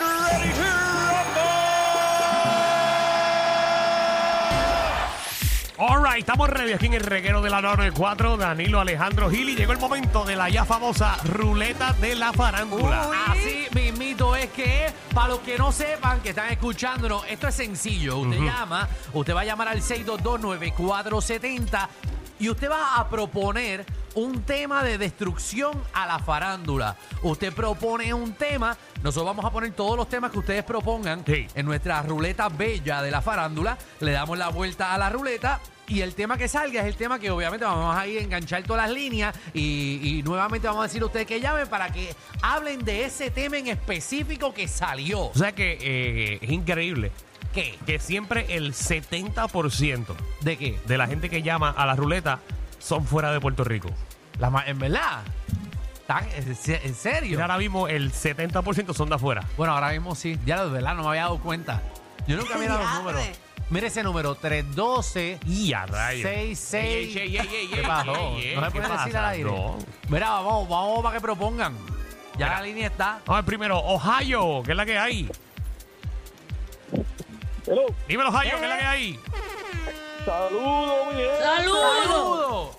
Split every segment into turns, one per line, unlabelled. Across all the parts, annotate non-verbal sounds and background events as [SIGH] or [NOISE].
ready to
All right, estamos ready aquí en el reguero de la 994, Danilo Alejandro Gil y llegó el momento de la ya famosa ruleta de la farándula. Ah,
Así mismito es que es. Para los que no sepan, que están escuchándonos, esto es sencillo. Usted llama, usted va a llamar al 622-9470 y usted va a proponer un tema de destrucción a la farándula. Usted propone un tema, nosotros vamos a poner todos los temas que ustedes propongan
Sí.
en nuestra ruleta bella de la farándula. Le damos la vuelta a la ruleta. Y el tema que salga es el tema que obviamente vamos a ir a enganchar todas las líneas y, y nuevamente vamos a decir a ustedes que llamen para que hablen de ese tema en específico que salió.
O sea que eh, es increíble
¿Qué?
que siempre el 70%
¿De qué?
de la gente que llama a la ruleta son fuera de Puerto Rico.
La ma- ¿En verdad? ¿Tan- ¿En se- en
Y
serio?
ahora mismo el 70% son de afuera.
Bueno, ahora mismo sí. Ya lo de verdad no me había dado cuenta. Yo nunca miré los números. Mire ese número, 312.
Y a rayos.
seis seis
Ey, ey, ey, ey,
¿Qué
ey,
pasó?
ey, ey,
no se
¿qué
puede decir
pasa?
al aire.
No.
Mira, vamos, vamos para que propongan. Ya la línea está.
Vamos a ver primero, Ohio, ¿qué es la que hay?
Hello.
Dímelo, Ohio, ¿qué es la que hay?
Saludos, mi gente.
¡Saludos!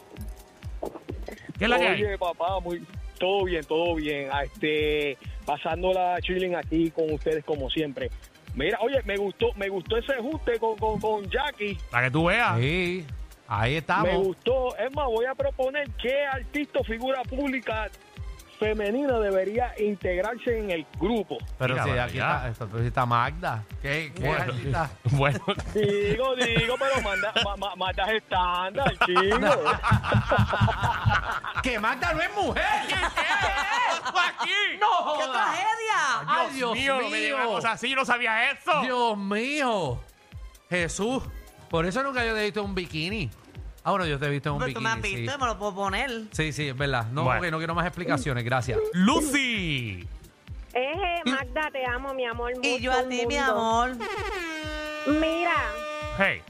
¿Qué es la que hay?
Oye, papá, muy, todo bien, todo bien. Ah, Este, pasándola chilling aquí con ustedes como siempre. Mira, oye, me gustó, me gustó ese ajuste con, con, con Jackie.
Para que tú veas.
Sí, ahí
Me
estamos.
gustó. Es más, voy a proponer qué artista o figura pública femenina debería integrarse en el grupo.
Pero
Mira,
si
para
aquí
allá.
está, está, pero si está Magda. ¿Qué? ¿Qué?
Bueno,
artista?
[LAUGHS] bueno,
[LAUGHS]
Digo, digo, pero manda, ma- ma- mandas estándar, chico.
¡Que Magda no es mujer!
aquí.
¡No!
¡Qué
joda!
tragedia!
¡Ay, Dios mío!
no me llegaba cosa así, yo no sabía eso.
Dios mío. Jesús. Por eso nunca yo te he visto en un bikini. Ah, bueno, yo te he visto en un
Pero tú
bikini.
me has visto y me lo puedo poner.
sí. sí, sí, es verdad. No,
Bueno.
porque no quiero más explicaciones. Gracias.
Lucy.
Eje, Magda, te amo, mi amor.
Y
mucho,
yo a
un
ti, mi
mundo.
amor.
Mira,
Hey.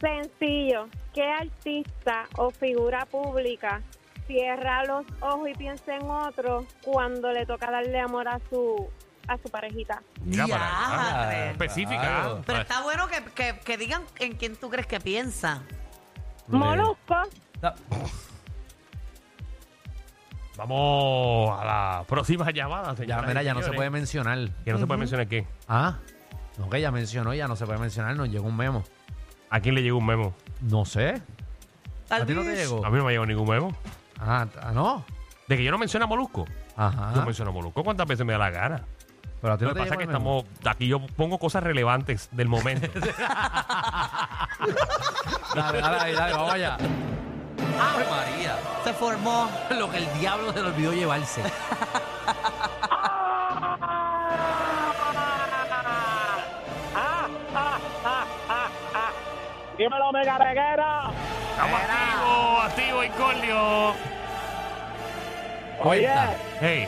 sencillo. ¿Qué artista o figura pública cierra los ojos y piensa en otro cuando le toca darle amor a su a su parejita?
Mira para allá.
Ah,
Diadre.
Específica.
Claro.
Pero está bueno que, que- que digan en quién tú crees que piensa.
Molusco.
Da-
Vamos a la próxima llamada,
Ya,
señora.
mira, ya no se puede mencionar.
Que no se puede mencionar quién.
Ah, no, que ya mencionó, ya no se puede mencionar. Nos llegó un memo.
¿A quién le llegó un memo?
No sé. ¿A ti no te
Tal vez.
llegó?
A mí no me llegó ningún memo.
Ah, t- ah, no.
De que yo no menciono a Molusco. Yo
Ajá.
menciono a Molusco cuántas veces me da la gana.
Pero a ti
Lo
no
que
te
pasa es que
llegó el memo.
estamos. Aquí yo pongo cosas relevantes del momento. [LAUGHS]
Dale, dale, dale, dale, vamos allá. ¡Ave María!
Se formó.
Lo que el diablo se le olvidó llevarse.
Dímelo, mega reguera.
Estamos activo, activo, Incordio.
Oye,
Hey,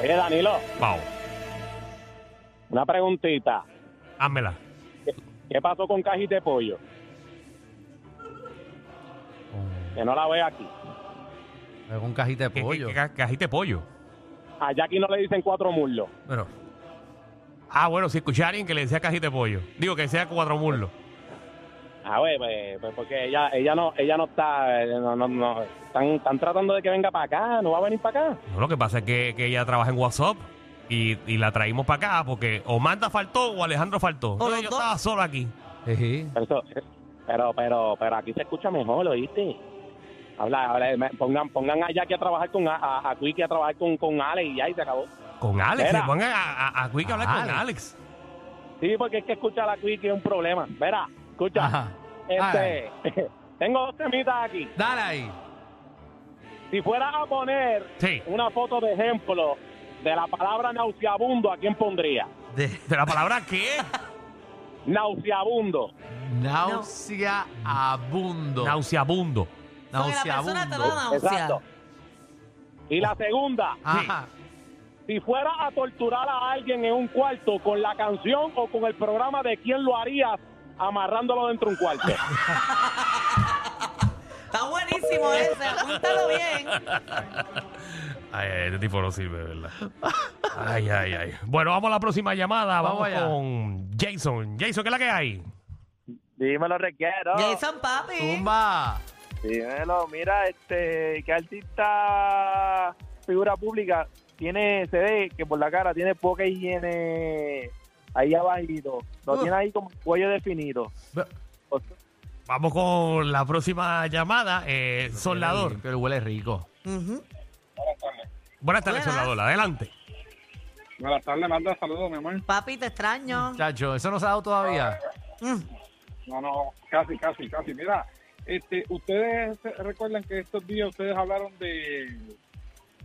oye, Danilo,
Pau,
una preguntita.
házmela.
¿Qué pasó con Cajita de Pollo? Que no la ve aquí.
Fue con cajita de
¿Qué, qué,
pollo.
qué ca- cajita de pollo?
A Jackie no le dicen cuatro muslos.
Bueno,
Ah, bueno, si escuché a alguien que le decía cajita de pollo. Digo que sea cuatro muslos.
A ver, pues, pues, porque ella, ella no, ella no está, eh, no, no, no, están, están tratando de que venga para acá, no va a venir para acá.
No, lo que pasa es que, que ella trabaja en WhatsApp y, y la traímos para acá porque o Manda faltó o Alejandro faltó. Entonces
los
yo
dos.
estaba solo aquí.
jeje.
Pero, eso- pero, pero, pero aquí se escucha mejor, ¿oíste? Habla, habla, me- pongan, pongan a Jackie a trabajar con, a, a, a Quickie a trabajar con, con Ale y ya, y se acabó.
Con Alex,
Mira.
le pongan a, a, a Quick a hablar
Ah,
con Alex.
Sí, porque es que escuchar a Quickie es un problema. Verá, escucha,
Ajá. Dale,
este, [LAUGHS] tengo dos temitas aquí.
dale ahí.
Si fueras a poner
Sí,
una foto de ejemplo de la palabra nauseabundo, ¿a quién pondría?
De-
[LAUGHS] de la palabra qué?
Nauseabundo.
Nauseabundo.
Nauseabundo.
Porque la persona te da náusea.
Exacto. Y la segunda,
Ajá.
si fuera a torturar a alguien en un cuarto con la canción o con el programa de quién lo harías amarrándolo dentro de un cuarto.
Está buenísimo ese, apúntalo bien.
[LAUGHS] Ay, ay, este tipo no sirve, de ¿verdad? Ay, ay, ay. Bueno, vamos a la próxima llamada.
Vamos
Vamos,
allá.
con Jason. Jason, ¿qué es la que hay?
[LAUGHS] Dímelo, requiero.
Jason Papi.
Zumba.
Dímelo, mira, este, ¿qué artista figura pública tiene, se ve que por la cara tiene poca higiene ahí abajito? Lo
Uh.
tiene ahí como el cuello definido. O-
Vamos con la próxima llamada. Eh, soldador.
Pero huele rico.
Ujú.
Buenas tardes,
Buenas.
soldador. Adelante.
Buenas tardes, manda saludos, mi amor.
Papi, te extraño.
Chacho, eso no se ha dado todavía.
Mm.
No, no, casi, casi, casi. Mira, este, ustedes se- recuerdan que estos días ustedes hablaron de.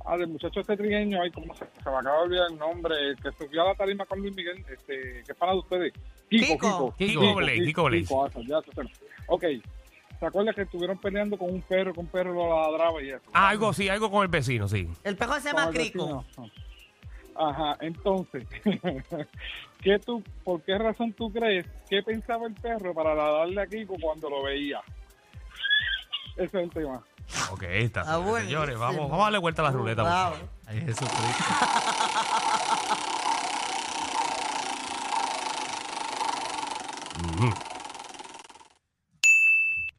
Ah, del muchacho este trigueño, ay, cómo se, se me acaba de olvidar el nombre, el que subió a la tarima con Luis Miguel, este, ¿qué es para ustedes?
Kiko.
Kiko.
Kiko Blake, Kiko Blake.
eso, ah, ya, eso, eso. Ok, ¿se acuerdan que estuvieron peleando con un perro, que un perro lo ladraba y eso?
Ah, algo, sí, algo con el vecino, sí.
El pejo se
Como
llama
el
Crico.
vecino. Ajá, entonces, [LAUGHS] ¿qué tú, ¿por qué razón tú crees qué pensaba el perro para ladrarle a Kiko cuando lo veía? Ese es el tema.
Ok, ahí está.
Ah,
señores,
bueno,
señores,
sí.
vamos, vamos a darle vuelta a la ruleta. por favor.
Wow.
Ay, Jesucristo.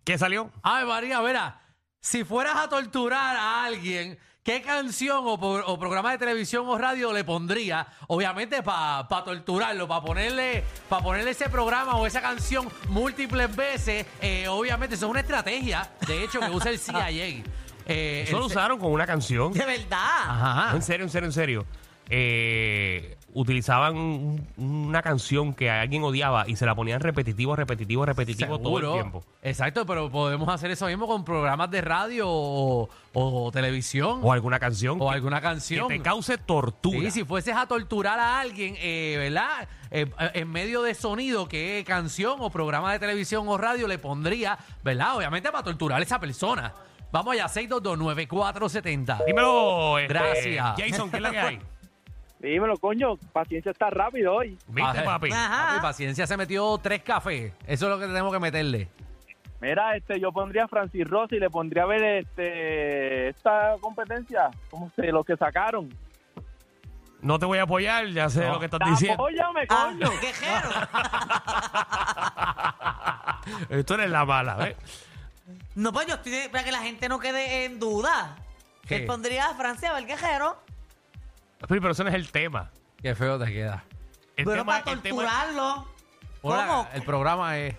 ¿Qué salió?
Ay, María, verá. Si fueras a torturar a alguien, ¿qué canción o, por- o programa de televisión o radio le pondría? Obviamente para torturarlo, para ponerle, para ponerle ese programa o esa canción múltiples veces. Eh, obviamente, eso es una estrategia, de hecho,
[LAUGHS]
que usa el CIA. Eh,
Eso
el
lo
C-
usaron con una canción.
De verdad.
Ajá.
No, en serio, en serio, en serio. Eh, utilizaban un- una canción que alguien odiaba y se la ponían repetitivo, repetitivo, repetitivo todo
Seguro.
el tiempo.
Exacto, pero podemos hacer eso mismo con programas de radio o, o televisión
O
o,
alguna canción que,
alguna
que
canción.
te cause tortura.
Sí, si fueses a torturar a alguien, eh, ¿verdad? Eh, eh, en medio de sonido, ¿qué canción o programa de televisión o radio le pondría, ¿verdad? Obviamente para torturar a esa persona. Vamos allá, 6229470.
Dímelo, este,
Gracias.
Jason, ¿qué es la que
[LAUGHS]
hay?
Dímelo, coño, paciencia está rápido hoy.
¿Viste,
Ah,
papi?
Ajá.
Papi, paciencia, se metió tres cafés. Eso es lo que tenemos que meterle.
Mira, este, yo pondría a Francis Ross y le pondría a ver este, esta competencia, ¿cómo se, los que sacaron?
No te voy a apoyar, ya sé
No.
lo que estás diciendo.
Apóyame,
Ah,
coño.
quejero.
Eh, Tú eres la mala, ¿ves?
No, pues yo estoy de- para que la gente no quede en duda.
¿Qué?
¿Qué? pondría a Francia a quejero.
Papi, pero eso no es el tema.
Qué feo te queda.
El
Pero
tema,
para
el tema es-
torturarlo.
Hola,
¿Cómo?
El programa es...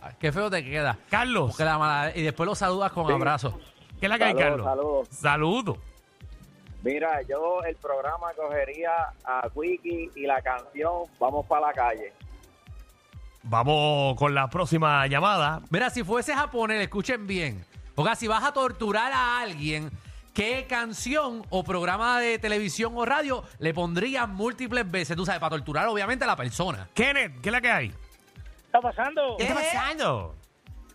Ay, Qué feo te queda.
Carlos,
Porque la mala- Y después lo saludas con abrazos.
¿qué es la que hay, Carlos?
Saludos.
Saludo.
Mira, yo el programa cogería a Wiki y la canción Vamos para la calle.
Vamos con la próxima llamada.
Mira, si fueses a poner, escuchen bien. O sea, si vas a torturar a alguien, ¿qué canción o programa de televisión o radio le pondrías múltiples veces? Tú sabes, para torturar obviamente a la persona.
Kenneth, ¿qué es la que hay?
está pasando?
¿Qué está pasando?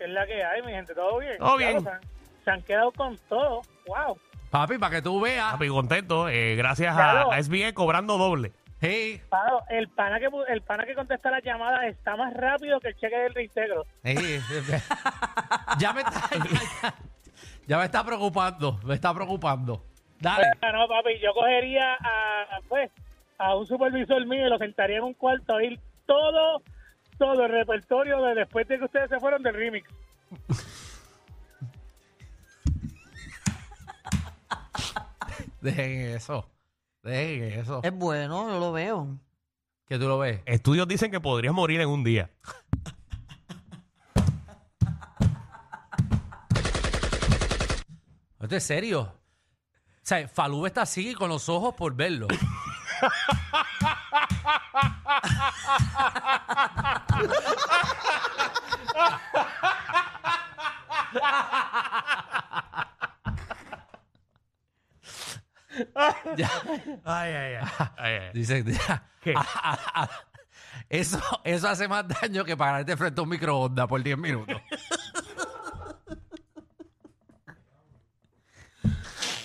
es la que hay, mi gente? ¿Todo bien?
Todo bien.
se, han, se han quedado con todo. ¡Wow!
Papi, para que tú veas.
Ah, Papi, contento. eh, gracias
Claro.
a, a SBA cobrando doble.
Hey,
Pablo, el pana que pu- el pana que contesta las llamadas está más rápido que el cheque del reintegro.
hey. [LAUGHS] ya me está. Ya, ya me está preocupando. Me está preocupando. Dale.
Ah, No, papi, yo cogería a pues a un supervisor mío y lo sentaría en un cuarto a oír todo todo el repertorio de después de que ustedes se fueron del remix.
Dejen eso. Dejen eso.
Es bueno, yo lo veo.
Que tú lo ves.
Estudios dicen que podrías morir en un día.
¿Esto es serio? O sea, Falú está así con los ojos por verlo. Ya.
Ay, ay, ay. ay, ay.
Dicen, ya.
¿Qué?
[LAUGHS] A- a- a- [LAUGHS] Eso, eso hace más daño que pararte frente a un microondas por 10 minutos.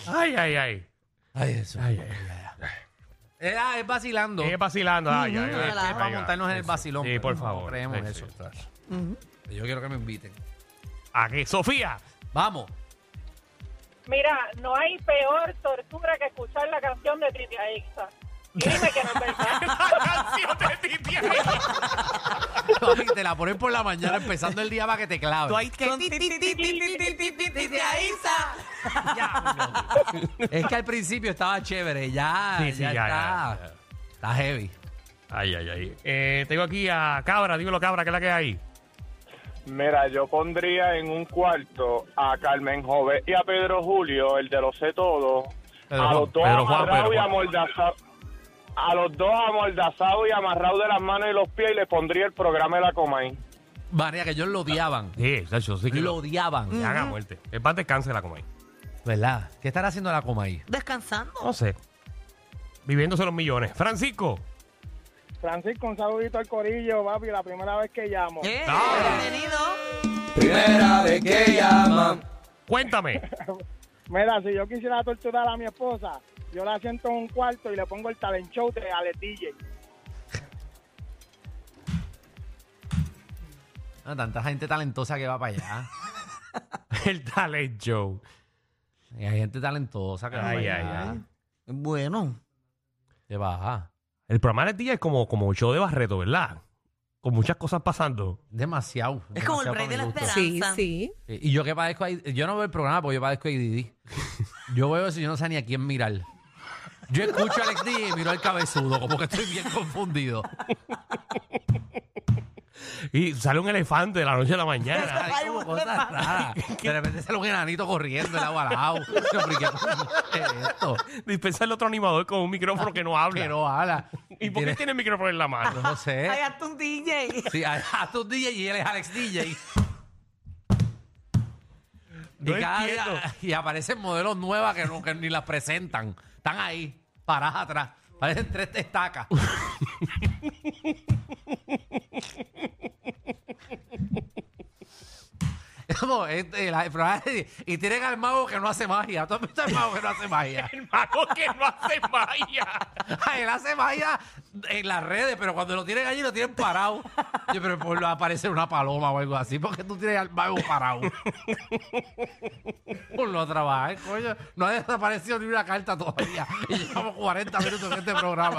Ay, ay, ay.
Ay, eso. Era, es vacilando.
Sigue vacilando. Ay, ay, ay.
Ujú, relajo.
Para montarnos en el
Eso.
vacilón.
Eh, Sí,
pero
por
no
favor.
creemos
Sí,
eso.
sí, está.
Yo quiero que me inviten.
Aquí, Sofía.
Vamos. [LAUGHS]
Mira, no hay peor tortura que escuchar la canción de Titi Aixa. Dime que no
[LAUGHS]
es verdad.
La canción de Titi Aixa.
Papi, te la ponen por la mañana empezando el día para que te claves.
Tú ahí
Que ti, ti, ti, ti, ti, ti, ti, ti, ti, ti, Aiza.
Es que al principio estaba chévere, ya,
Sí, sí,
ya,
ya,
está.
ya,
Está heavy.
Ay, ay, ay. Eh, tengo aquí a Cabra, dímelo Cabra, que es la que hay.
Mira, yo pondría en un cuarto a Carmen Jové y a Pedro Julio, el de los sé todo,
Pedro
a
Juan,
los dos
Pedro Juan,
amarrados
Pedro
y
Juan.
amordazados. A los dos amordazados y amarrados de las manos y los pies y le pondría el programa de la Comay.
María, que ellos lo odiaban.
Sí, Sacho, sí que
Lo
lo
odiaban.
Ya haga muerte. Es más descanse la coma ahí.
¿Verdad? ¿Qué estará haciendo la coma ahí?
Descansando.
No sé. Viviéndose los millones. Francisco.
Francisco, un saludito al corillo, papi, la primera vez que llamo.
Eh,
Ah.
Bienvenido.
Primera vez que llaman.
Cuéntame.
[LAUGHS]
Mira, si yo quisiera torturar a mi esposa, yo la siento en un cuarto y le pongo el talent show de Alex DJ.
Ah, tanta gente talentosa que va para allá.
El talent show.
Y hay gente talentosa que va
Ay,
para
ay,
allá.
ay.
Bueno.
Te baja.
El programa del día es como, como show de Barreto, ¿verdad? Con muchas cosas pasando.
Demasiado.
Es como el
demasiado para
rey de
mi
la
gusto.
esperanza.
Sí, sí.
Eh, Y yo que padezco ahí- yo no veo el programa porque yo padezco ADD. Yo veo eso y yo no sé ni a quién mirar. Yo escucho a Alex D y miro al cabezudo, como que estoy bien confundido.
Y sale un elefante de la noche a la
[LAUGHS]
mañana.
Hay como cosas raras. Ah, De repente sale un enanito corriendo, el agua al lado. Yo, pero ¿qué coño es esto?
Dispensa el otro animador con un micrófono que no habla.
Que no habla.
¿Y por qué tiene el micrófono en la mano?
No sé.
Hay hasta un DJ.
Sí, a, a tu DJ y él es Alex DJ.
No
[LAUGHS] y, cada día-
entiendo.
y aparecen modelos nuevas que, no, que ni las presentan. Están ahí, paradas atrás. Parecen tres [LAUGHS] estacas. Como, este, la- el programa de- y tienen al mago que no hace magia. ¿Tú has visto al mago que no hace magia?
[LAUGHS] El mago que no hace magia.
[LAUGHS] él hace magia en las redes, pero cuando lo tienen allí lo tienen parado. Yo, pero pues, por lo aparece una paloma o algo así, porque tú tienes al mago parado. [LAUGHS] Por lo trabajar, coño. No ha desaparecido ni una carta todavía. Y llevamos 40 minutos en este programa.